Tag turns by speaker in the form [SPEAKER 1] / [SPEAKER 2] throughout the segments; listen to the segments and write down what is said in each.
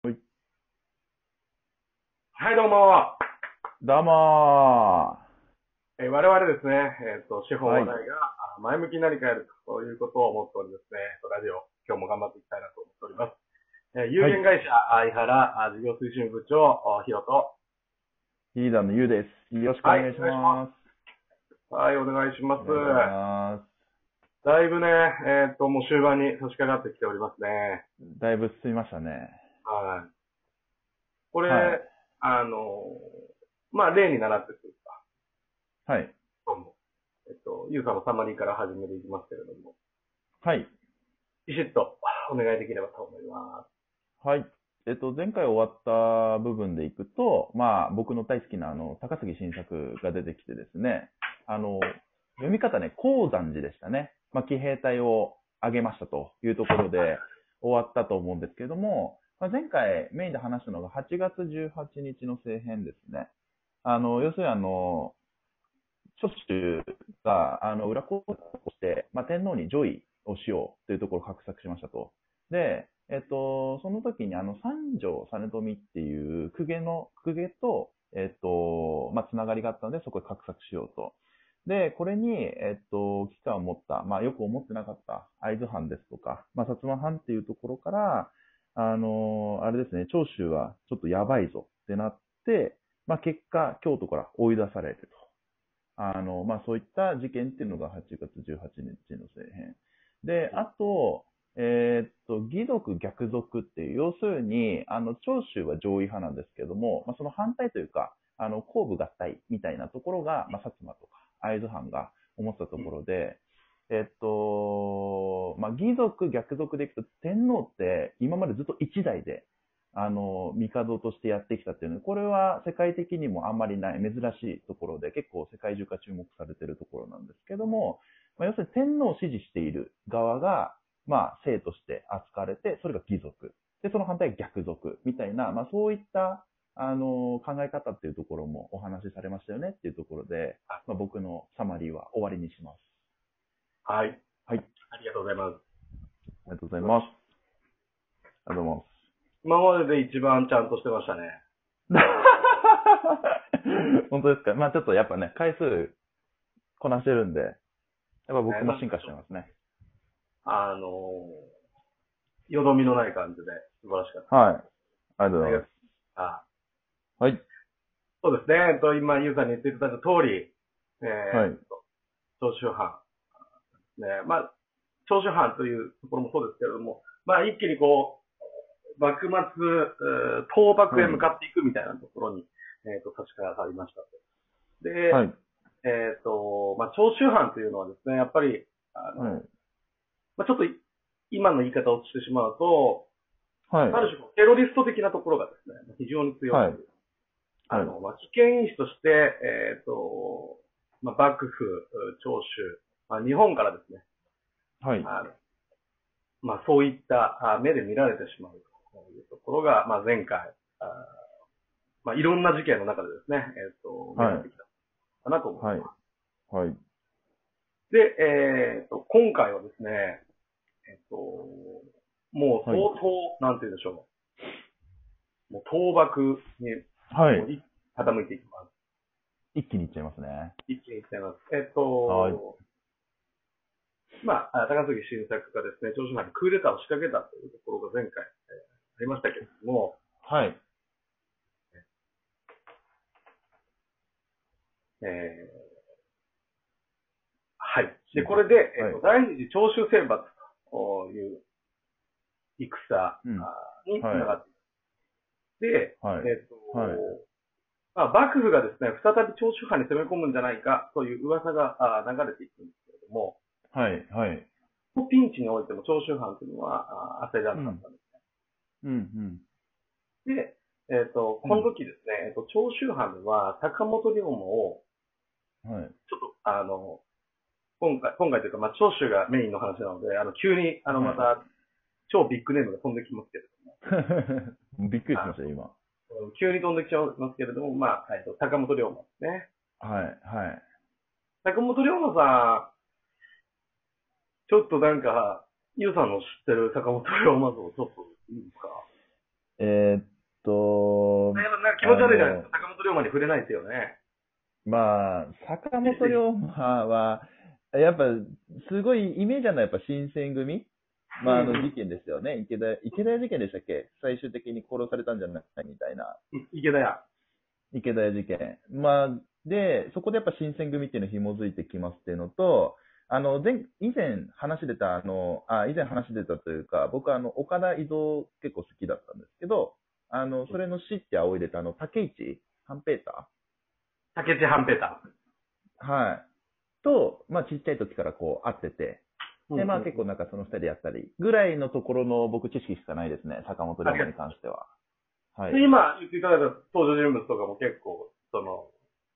[SPEAKER 1] はい。
[SPEAKER 2] はい、どうも。
[SPEAKER 1] どうも
[SPEAKER 2] えー我々ですね、えっ、と、司法話題が
[SPEAKER 1] は
[SPEAKER 2] あ前向きに何かやるということを思っておりですね、ラジオ、今日も頑張っていきたいなと思っております。えー有限会社、あ井原あ事業推進部長、おひろと。
[SPEAKER 1] ー。リーダーのゆうです。よろしくお願いします。
[SPEAKER 2] はい、お願いします。
[SPEAKER 1] お願いしま
[SPEAKER 2] だいぶね、えっ、と、もう終盤に差し掛かってきておりますね。
[SPEAKER 1] す。だいぶ進みましたね。
[SPEAKER 2] はい。これ、
[SPEAKER 1] はい
[SPEAKER 2] あの、まあ、例に習ってというか、
[SPEAKER 1] はい。
[SPEAKER 2] 今度えっ、と、ゆうさんのサマリーから始めていきますけれども、
[SPEAKER 1] はい。
[SPEAKER 2] ビシッとお願いできればと思います。
[SPEAKER 1] はい。えっと、前回終わった部分でいくと、まあ、僕の大好きな、あの、高杉晋作が出てきてですね、あの、読み方ね、鉱山寺でしたね。まあ、騎兵隊を挙げましたというところで終わったと思うんですけれども、まあ、前回メインで話したのが8月18日の政変ですね。あの、要するにあの、諸州が、あの、裏工作をして、まあ、天皇に上位をしようというところを画策しましたと。で、えっと、その時にあの三条実富っていう公家の、公家と、えっと、まあ、つながりがあったので、そこで画策しようと。で、これに、えっと、危機感を持った、まあ、よく思ってなかった会津藩ですとか、まあ、薩摩藩っていうところから、あのあれですね、長州はちょっとやばいぞってなって、まあ、結果、京都から追い出されると。あの、まあ、そういった事件っていうのが8月18日の政変。で、あと、えーっと、義族逆賊っていう、要するに、あの、長州は上位派なんですけども、まあ、その反対というか、あの、後部合体みたいなところが、まあ、薩摩とか会津藩が思ってたところで、えーっと、まあ、義族逆賊でいくと、天皇って今までずっと一代で、あの、帝としてやってきたっていうので、これは世界的にもあんまりない珍しいところで、結構世界中から注目されてるところなんですけども、まあ、要するに天皇を支持している側が、まあ、性として扱われて、それが義族。で、その反対が逆族みたいな、まあ、そういった、あの、考え方っていうところもお話しされましたよねっていうところで、まあ、僕のサマリーは終わりにします。
[SPEAKER 2] はい。
[SPEAKER 1] はい。
[SPEAKER 2] ありがとうございます。
[SPEAKER 1] ありがとうございます。ありがとうございます。
[SPEAKER 2] 今までで一番ちゃんとしてましたね。
[SPEAKER 1] 本当ですかまあちょっとやっぱね、回数こなしてるんで、やっぱ僕も進化してますね。
[SPEAKER 2] あのー、よどみのない感じで素晴らしかっ
[SPEAKER 1] はい。ありがとうございます。
[SPEAKER 2] た。あ
[SPEAKER 1] はい。
[SPEAKER 2] そうですね。えっと、今、ゆうさんに言っていただいた通り、えー
[SPEAKER 1] はい
[SPEAKER 2] 長州藩。ね、まあ、長州藩というところもそうですけれども、まあ、一気にこう、幕末、うー倒幕へ向かっていくみたいなところに、えっ、と、差し掛かりましたと。で、
[SPEAKER 1] はい。
[SPEAKER 2] えっ、と、まあ、長州藩というのはですね、やっぱり、あの、
[SPEAKER 1] はい。
[SPEAKER 2] まあ、ちょっとい今の言い方をしてしまうと、
[SPEAKER 1] はい。
[SPEAKER 2] ある種テロリスト的なところがですね、非常に強い。
[SPEAKER 1] はい
[SPEAKER 2] あの、まあ、危険因子として、えっ、と、まあ、幕府、長州、まあ、日本からですね、
[SPEAKER 1] はい。
[SPEAKER 2] あのまあ、そういったあ目で見られてしまうというところが、まあ、前回、あまあ、いろんな事件の中でですね、えっ、と、
[SPEAKER 1] はい
[SPEAKER 2] 目立ってきたかなと思います。
[SPEAKER 1] はい。はい。
[SPEAKER 2] で、えっ、と、今回はですね、えっ、と、もう相当、なんて言うんでしょう。もう倒幕に、
[SPEAKER 1] は
[SPEAKER 2] もうい傾いていきます。
[SPEAKER 1] い。一気にいっちゃいますね。
[SPEAKER 2] 一気にいっちゃいます。えっ、と、
[SPEAKER 1] はい
[SPEAKER 2] まあ、あ高杉晋作がですね、長州藩にクーデターを仕掛けたというところが前回、えーありましたけれども、
[SPEAKER 1] はい。
[SPEAKER 2] えーはい。で、これで、えっと第二次長州選抜という戦
[SPEAKER 1] うん
[SPEAKER 2] につながっています
[SPEAKER 1] はい
[SPEAKER 2] で、。えっと、
[SPEAKER 1] はい
[SPEAKER 2] まあ、幕府がですね、再び長州藩に攻め込むんじゃないかという噂があ流れていくんですけれども、
[SPEAKER 1] はい。はい。
[SPEAKER 2] このピンチにおいても長州藩というのはあ焦らなかったんで
[SPEAKER 1] うん。うん。
[SPEAKER 2] す。で、えっと、この時ですね、えっと、長州藩では坂本龍馬を
[SPEAKER 1] はい。
[SPEAKER 2] ちょっと、あの、今回、今回というか、まあ、長州がメインの話なので、あの、急に、あの、
[SPEAKER 1] はい
[SPEAKER 2] また、超ビッグネームが飛んできますけれ
[SPEAKER 1] びっくりしましたよ、今。
[SPEAKER 2] ども、急に飛んできちゃいますけれども、まあ、えっと、坂本龍馬ですね。
[SPEAKER 1] はい。はい。
[SPEAKER 2] 坂本龍馬さん、ちょっとなんか、ゆうさんの知ってる坂本龍馬像、ちょっといいですか
[SPEAKER 1] えーっと、
[SPEAKER 2] なんか気持ち悪いじゃないですか。坂本龍馬に触れないですよね。
[SPEAKER 1] まあ、坂本龍馬は、やっぱ、すごいイメージあるのはやっぱ新選組まあ、あの
[SPEAKER 2] うん
[SPEAKER 1] 事件ですよね。池田、池田屋事件でしたっけ最終的に殺されたんじゃないかみたいな。
[SPEAKER 2] 池田屋。
[SPEAKER 1] 池田屋事件。まあ、で、そこでやっぱ新選組っていうの紐づいてきますっていうのと、あの、前、以前話出た、あの、あ、以前話出たというか、僕はあの、岡田伊蔵結構好きだったんですけど、あの、それの死って仰いでたあの、竹市半平太
[SPEAKER 2] 竹地半平太。
[SPEAKER 1] はい。と、まあ、ちっちゃい時からこう、会ってて、で、まあ結
[SPEAKER 2] 構。
[SPEAKER 1] 構なんかその二人でやったり、ぐらいのところの僕知識しかないですね、坂本龍馬に関しては。はい。
[SPEAKER 2] で今言っていただいた登場人物とかも結構、その、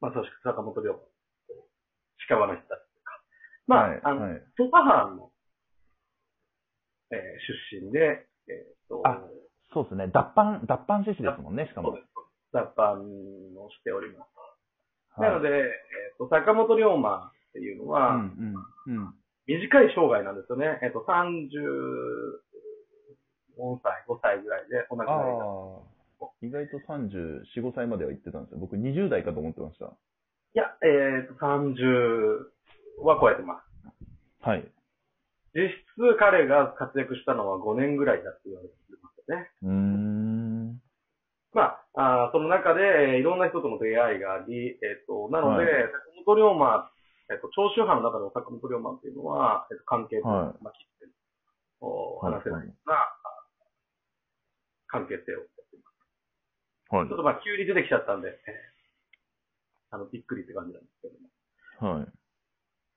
[SPEAKER 2] まさしく坂本龍馬と近場の人たちとか。まあ、
[SPEAKER 1] はい
[SPEAKER 2] あの、
[SPEAKER 1] はい
[SPEAKER 2] 土佐藩の、えー出身で、えーっと、
[SPEAKER 1] あそうですね、脱藩、脱藩志士ですもんね、しか
[SPEAKER 2] そう
[SPEAKER 1] も
[SPEAKER 2] で。す。脱藩をしております。
[SPEAKER 1] はい
[SPEAKER 2] なので、えーっと、坂本龍馬っていうのは、
[SPEAKER 1] うんうんうん。
[SPEAKER 2] 短い生涯なんですよね。えっと、34歳、5歳ぐらいでお亡くなりになる。
[SPEAKER 1] ああ、意外と34、5歳までは行ってたんですよ。僕20代かと思ってました。
[SPEAKER 2] いや、えっと、30は超えてます。
[SPEAKER 1] はい。
[SPEAKER 2] 実質彼が活躍したのは5年ぐらいだって言われてますよね。
[SPEAKER 1] うーん。
[SPEAKER 2] まあ、あーその中で、えーいろんな人との出会いがあり、えっ、と、なので、
[SPEAKER 1] はい
[SPEAKER 2] 坂本龍馬、えっ、と、長州藩の中の坂本龍馬っていうのは、えっと関係と、
[SPEAKER 1] は
[SPEAKER 2] まあ、切って、お
[SPEAKER 1] はい
[SPEAKER 2] 話せないような、関係性を。
[SPEAKER 1] は
[SPEAKER 2] ちょっとまあ、急に出てきちゃったんで、えーあの、びっくりって感じなんですけども。
[SPEAKER 1] はい。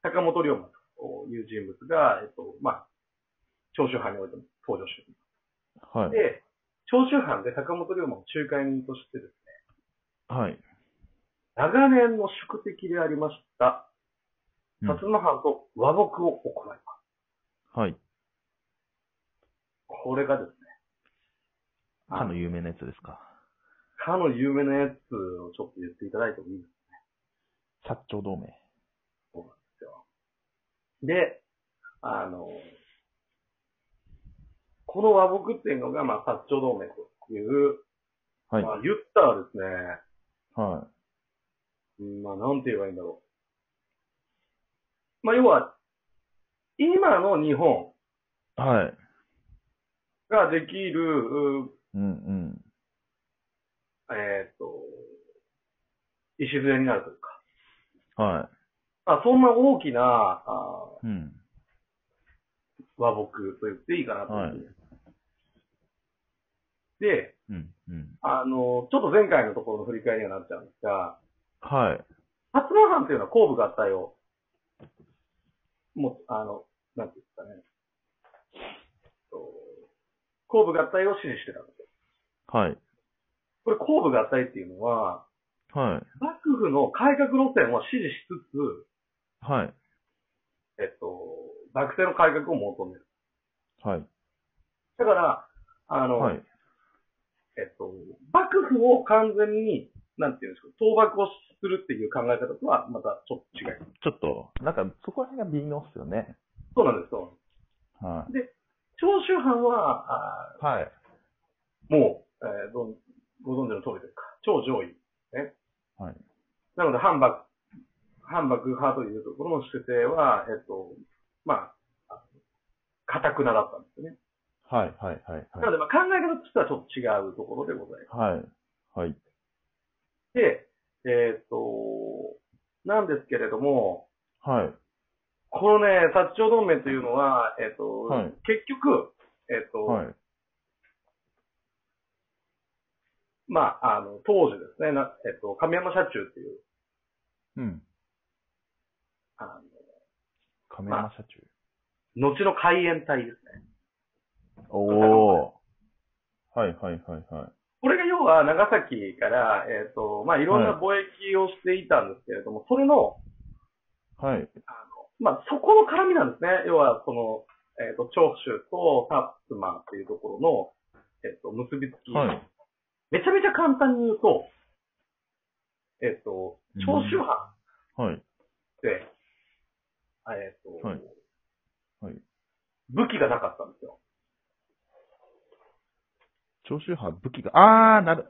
[SPEAKER 2] 坂本龍馬という人物が、えっ、と、まあ、長州藩においても登場しています
[SPEAKER 1] はい。
[SPEAKER 2] で、長州藩で坂本龍馬を仲介人としてです、
[SPEAKER 1] はい。
[SPEAKER 2] 長年の宿敵でありました、
[SPEAKER 1] うん
[SPEAKER 2] 薩摩藩と和睦を行います。
[SPEAKER 1] はい。
[SPEAKER 2] これがですね、
[SPEAKER 1] かの有名なやつですか。
[SPEAKER 2] かの有名なやつをちょっと言っていただいてもいいです
[SPEAKER 1] 薩長同盟。
[SPEAKER 2] よ。で、あの、この和睦っていうのが、まあ、薩長同盟という、
[SPEAKER 1] はい。
[SPEAKER 2] ま
[SPEAKER 1] は
[SPEAKER 2] あ、言ったらですね、
[SPEAKER 1] い。
[SPEAKER 2] うんまあ、なんて言えばいいんだろう。まあ、要は、今の日本、
[SPEAKER 1] はい。
[SPEAKER 2] ができる、う
[SPEAKER 1] うんうん。
[SPEAKER 2] えっ、と、礎になるというか、
[SPEAKER 1] は
[SPEAKER 2] まあ、そんな大きなあ
[SPEAKER 1] い。うん。
[SPEAKER 2] ー和睦と言っていいかなと思って、で、
[SPEAKER 1] うんうん。
[SPEAKER 2] あの、ちょっと前回のところの振り返りにはなっちゃうんですが、
[SPEAKER 1] はい。
[SPEAKER 2] 薩摩藩というのは公部合体を、もう、あの、なんていうんですかね、と公部合体を支持してたんですよ。
[SPEAKER 1] はい。
[SPEAKER 2] これ公部合体っていうのは、
[SPEAKER 1] はい。
[SPEAKER 2] 幕府の改革路線を支持しつつ、
[SPEAKER 1] はい。
[SPEAKER 2] えっと、学生の改革を求める。
[SPEAKER 1] はい。
[SPEAKER 2] だから、あの、
[SPEAKER 1] はい。
[SPEAKER 2] えっと、幕府を完全に、なんていうんですか、倒幕をするっていう考え方とはまたちょっと違います。
[SPEAKER 1] ちょっと、なんか、そこら辺が微妙っすよね。
[SPEAKER 2] そうなんです、そうなんです。
[SPEAKER 1] は
[SPEAKER 2] 長州藩は、あ
[SPEAKER 1] い。はい。
[SPEAKER 2] ーもう、えーどんご存知の通りというか、超上位。
[SPEAKER 1] はい。
[SPEAKER 2] なので、反幕、反幕派というところの姿勢は、えっと、まあ、かたくなだったんですよね。
[SPEAKER 1] はい。はい。はい。
[SPEAKER 2] なので、まあ、考え方としてはちょっと違うところでございます。
[SPEAKER 1] はい。はい。
[SPEAKER 2] で、えーっ、と、なんですけれども、
[SPEAKER 1] はい。
[SPEAKER 2] このね、薩長同盟というのは、えーっ、と、
[SPEAKER 1] はい
[SPEAKER 2] 結局、えーっ、と、
[SPEAKER 1] はい。
[SPEAKER 2] まあ、あの、当時ですね、なえーっ、と、亀山社中っていう、
[SPEAKER 1] うん。
[SPEAKER 2] あ
[SPEAKER 1] 亀山社中。
[SPEAKER 2] の、後の海援隊ですね。
[SPEAKER 1] おー。はい。はい。はい。はい。
[SPEAKER 2] これが要は長崎から、えーっ、と、まあ、いろんな貿易をしていたんですけれども、それの、
[SPEAKER 1] はい。
[SPEAKER 2] まあ、そこの絡みなんですね。要は、その、えーっ、と、長州と薩摩っていうところの、えーっ、と、結びつき。
[SPEAKER 1] はい。
[SPEAKER 2] めちゃめちゃ簡単に言うと、えっ、と、長州藩
[SPEAKER 1] は
[SPEAKER 2] っ
[SPEAKER 1] い。
[SPEAKER 2] て、えっ、と、
[SPEAKER 1] はいはい
[SPEAKER 2] 武器がなかったんですよ。
[SPEAKER 1] 長州藩武器が、ああ、なる、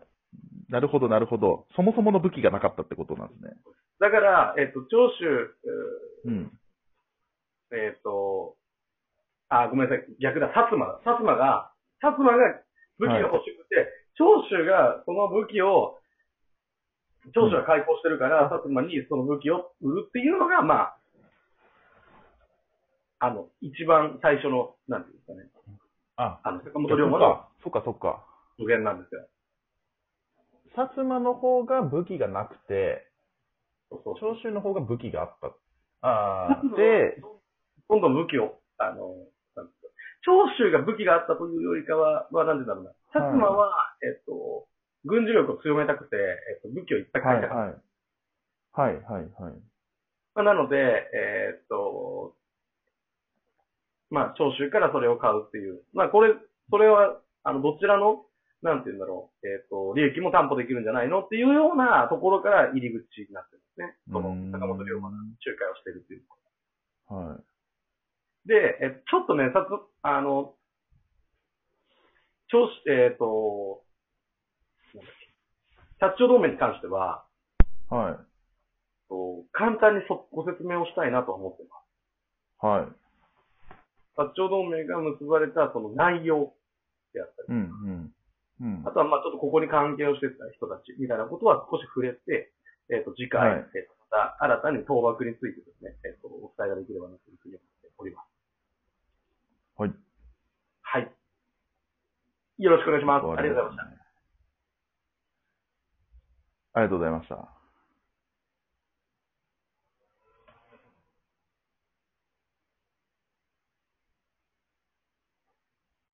[SPEAKER 1] なるほど、なるほど。そもそもの武器がなかったってことなんですね。
[SPEAKER 2] だから、えっ、と、長州、
[SPEAKER 1] うん。
[SPEAKER 2] えっ、えーと、あ、ごめんなさい、逆だ、薩摩だ。薩摩が、薩摩が武器が欲しくて、長州がその武器を、長州が開港してるから、薩摩にその武器を売るっていうのが、まあ、あの、一番最初の、なんていうんですかね、
[SPEAKER 1] あ、
[SPEAKER 2] あの、坂
[SPEAKER 1] そっ
[SPEAKER 2] 本龍馬の
[SPEAKER 1] か、そっか、そっか。
[SPEAKER 2] 助言なんですよ。
[SPEAKER 1] 薩摩の方が武器がなくて、
[SPEAKER 2] そうそう
[SPEAKER 1] 長州の方が武器があった。ああ
[SPEAKER 2] 薩摩、
[SPEAKER 1] で、
[SPEAKER 2] どんどん武器を、あの、なんていうか長州が武器があったというよりかは、まあ、なんて言うんだろうな。薩摩は、えっと、軍事力を強めたくて、えっと、武器をいっぱい買いたかった。
[SPEAKER 1] い。はい、はい、はい。
[SPEAKER 2] まあなので、えっと、まあ、長州からそれを買うっていう。まあ、これ、それは、あの、どちらの、なんて言うんだろう、えっと、利益も担保できるんじゃないのっていうようなところから入り口になってるんですね。その、坂本龍馬が仲介をしているっていう。
[SPEAKER 1] は
[SPEAKER 2] で、えちょっとね、さつ、あの、調子、えっ、と、なんだっけ、薩長同盟に関しては、
[SPEAKER 1] い。はい。
[SPEAKER 2] と簡単にそご説明をしたいなとは思ってま
[SPEAKER 1] はい。
[SPEAKER 2] す。薩長同盟が結ばれたその内容であったり、
[SPEAKER 1] うん、うん。うん。
[SPEAKER 2] あとはまあちょっとここに関係をしてた人たちみたいなことは少し触れて、えっ、と、次回、
[SPEAKER 1] はい
[SPEAKER 2] えーとまた新たに倒幕についてですね、えっ、と、お伝えができればなというふうに思っております。
[SPEAKER 1] はい。
[SPEAKER 2] はい。よろしくお願いします。ありがとうございました。
[SPEAKER 1] ありがとうございました。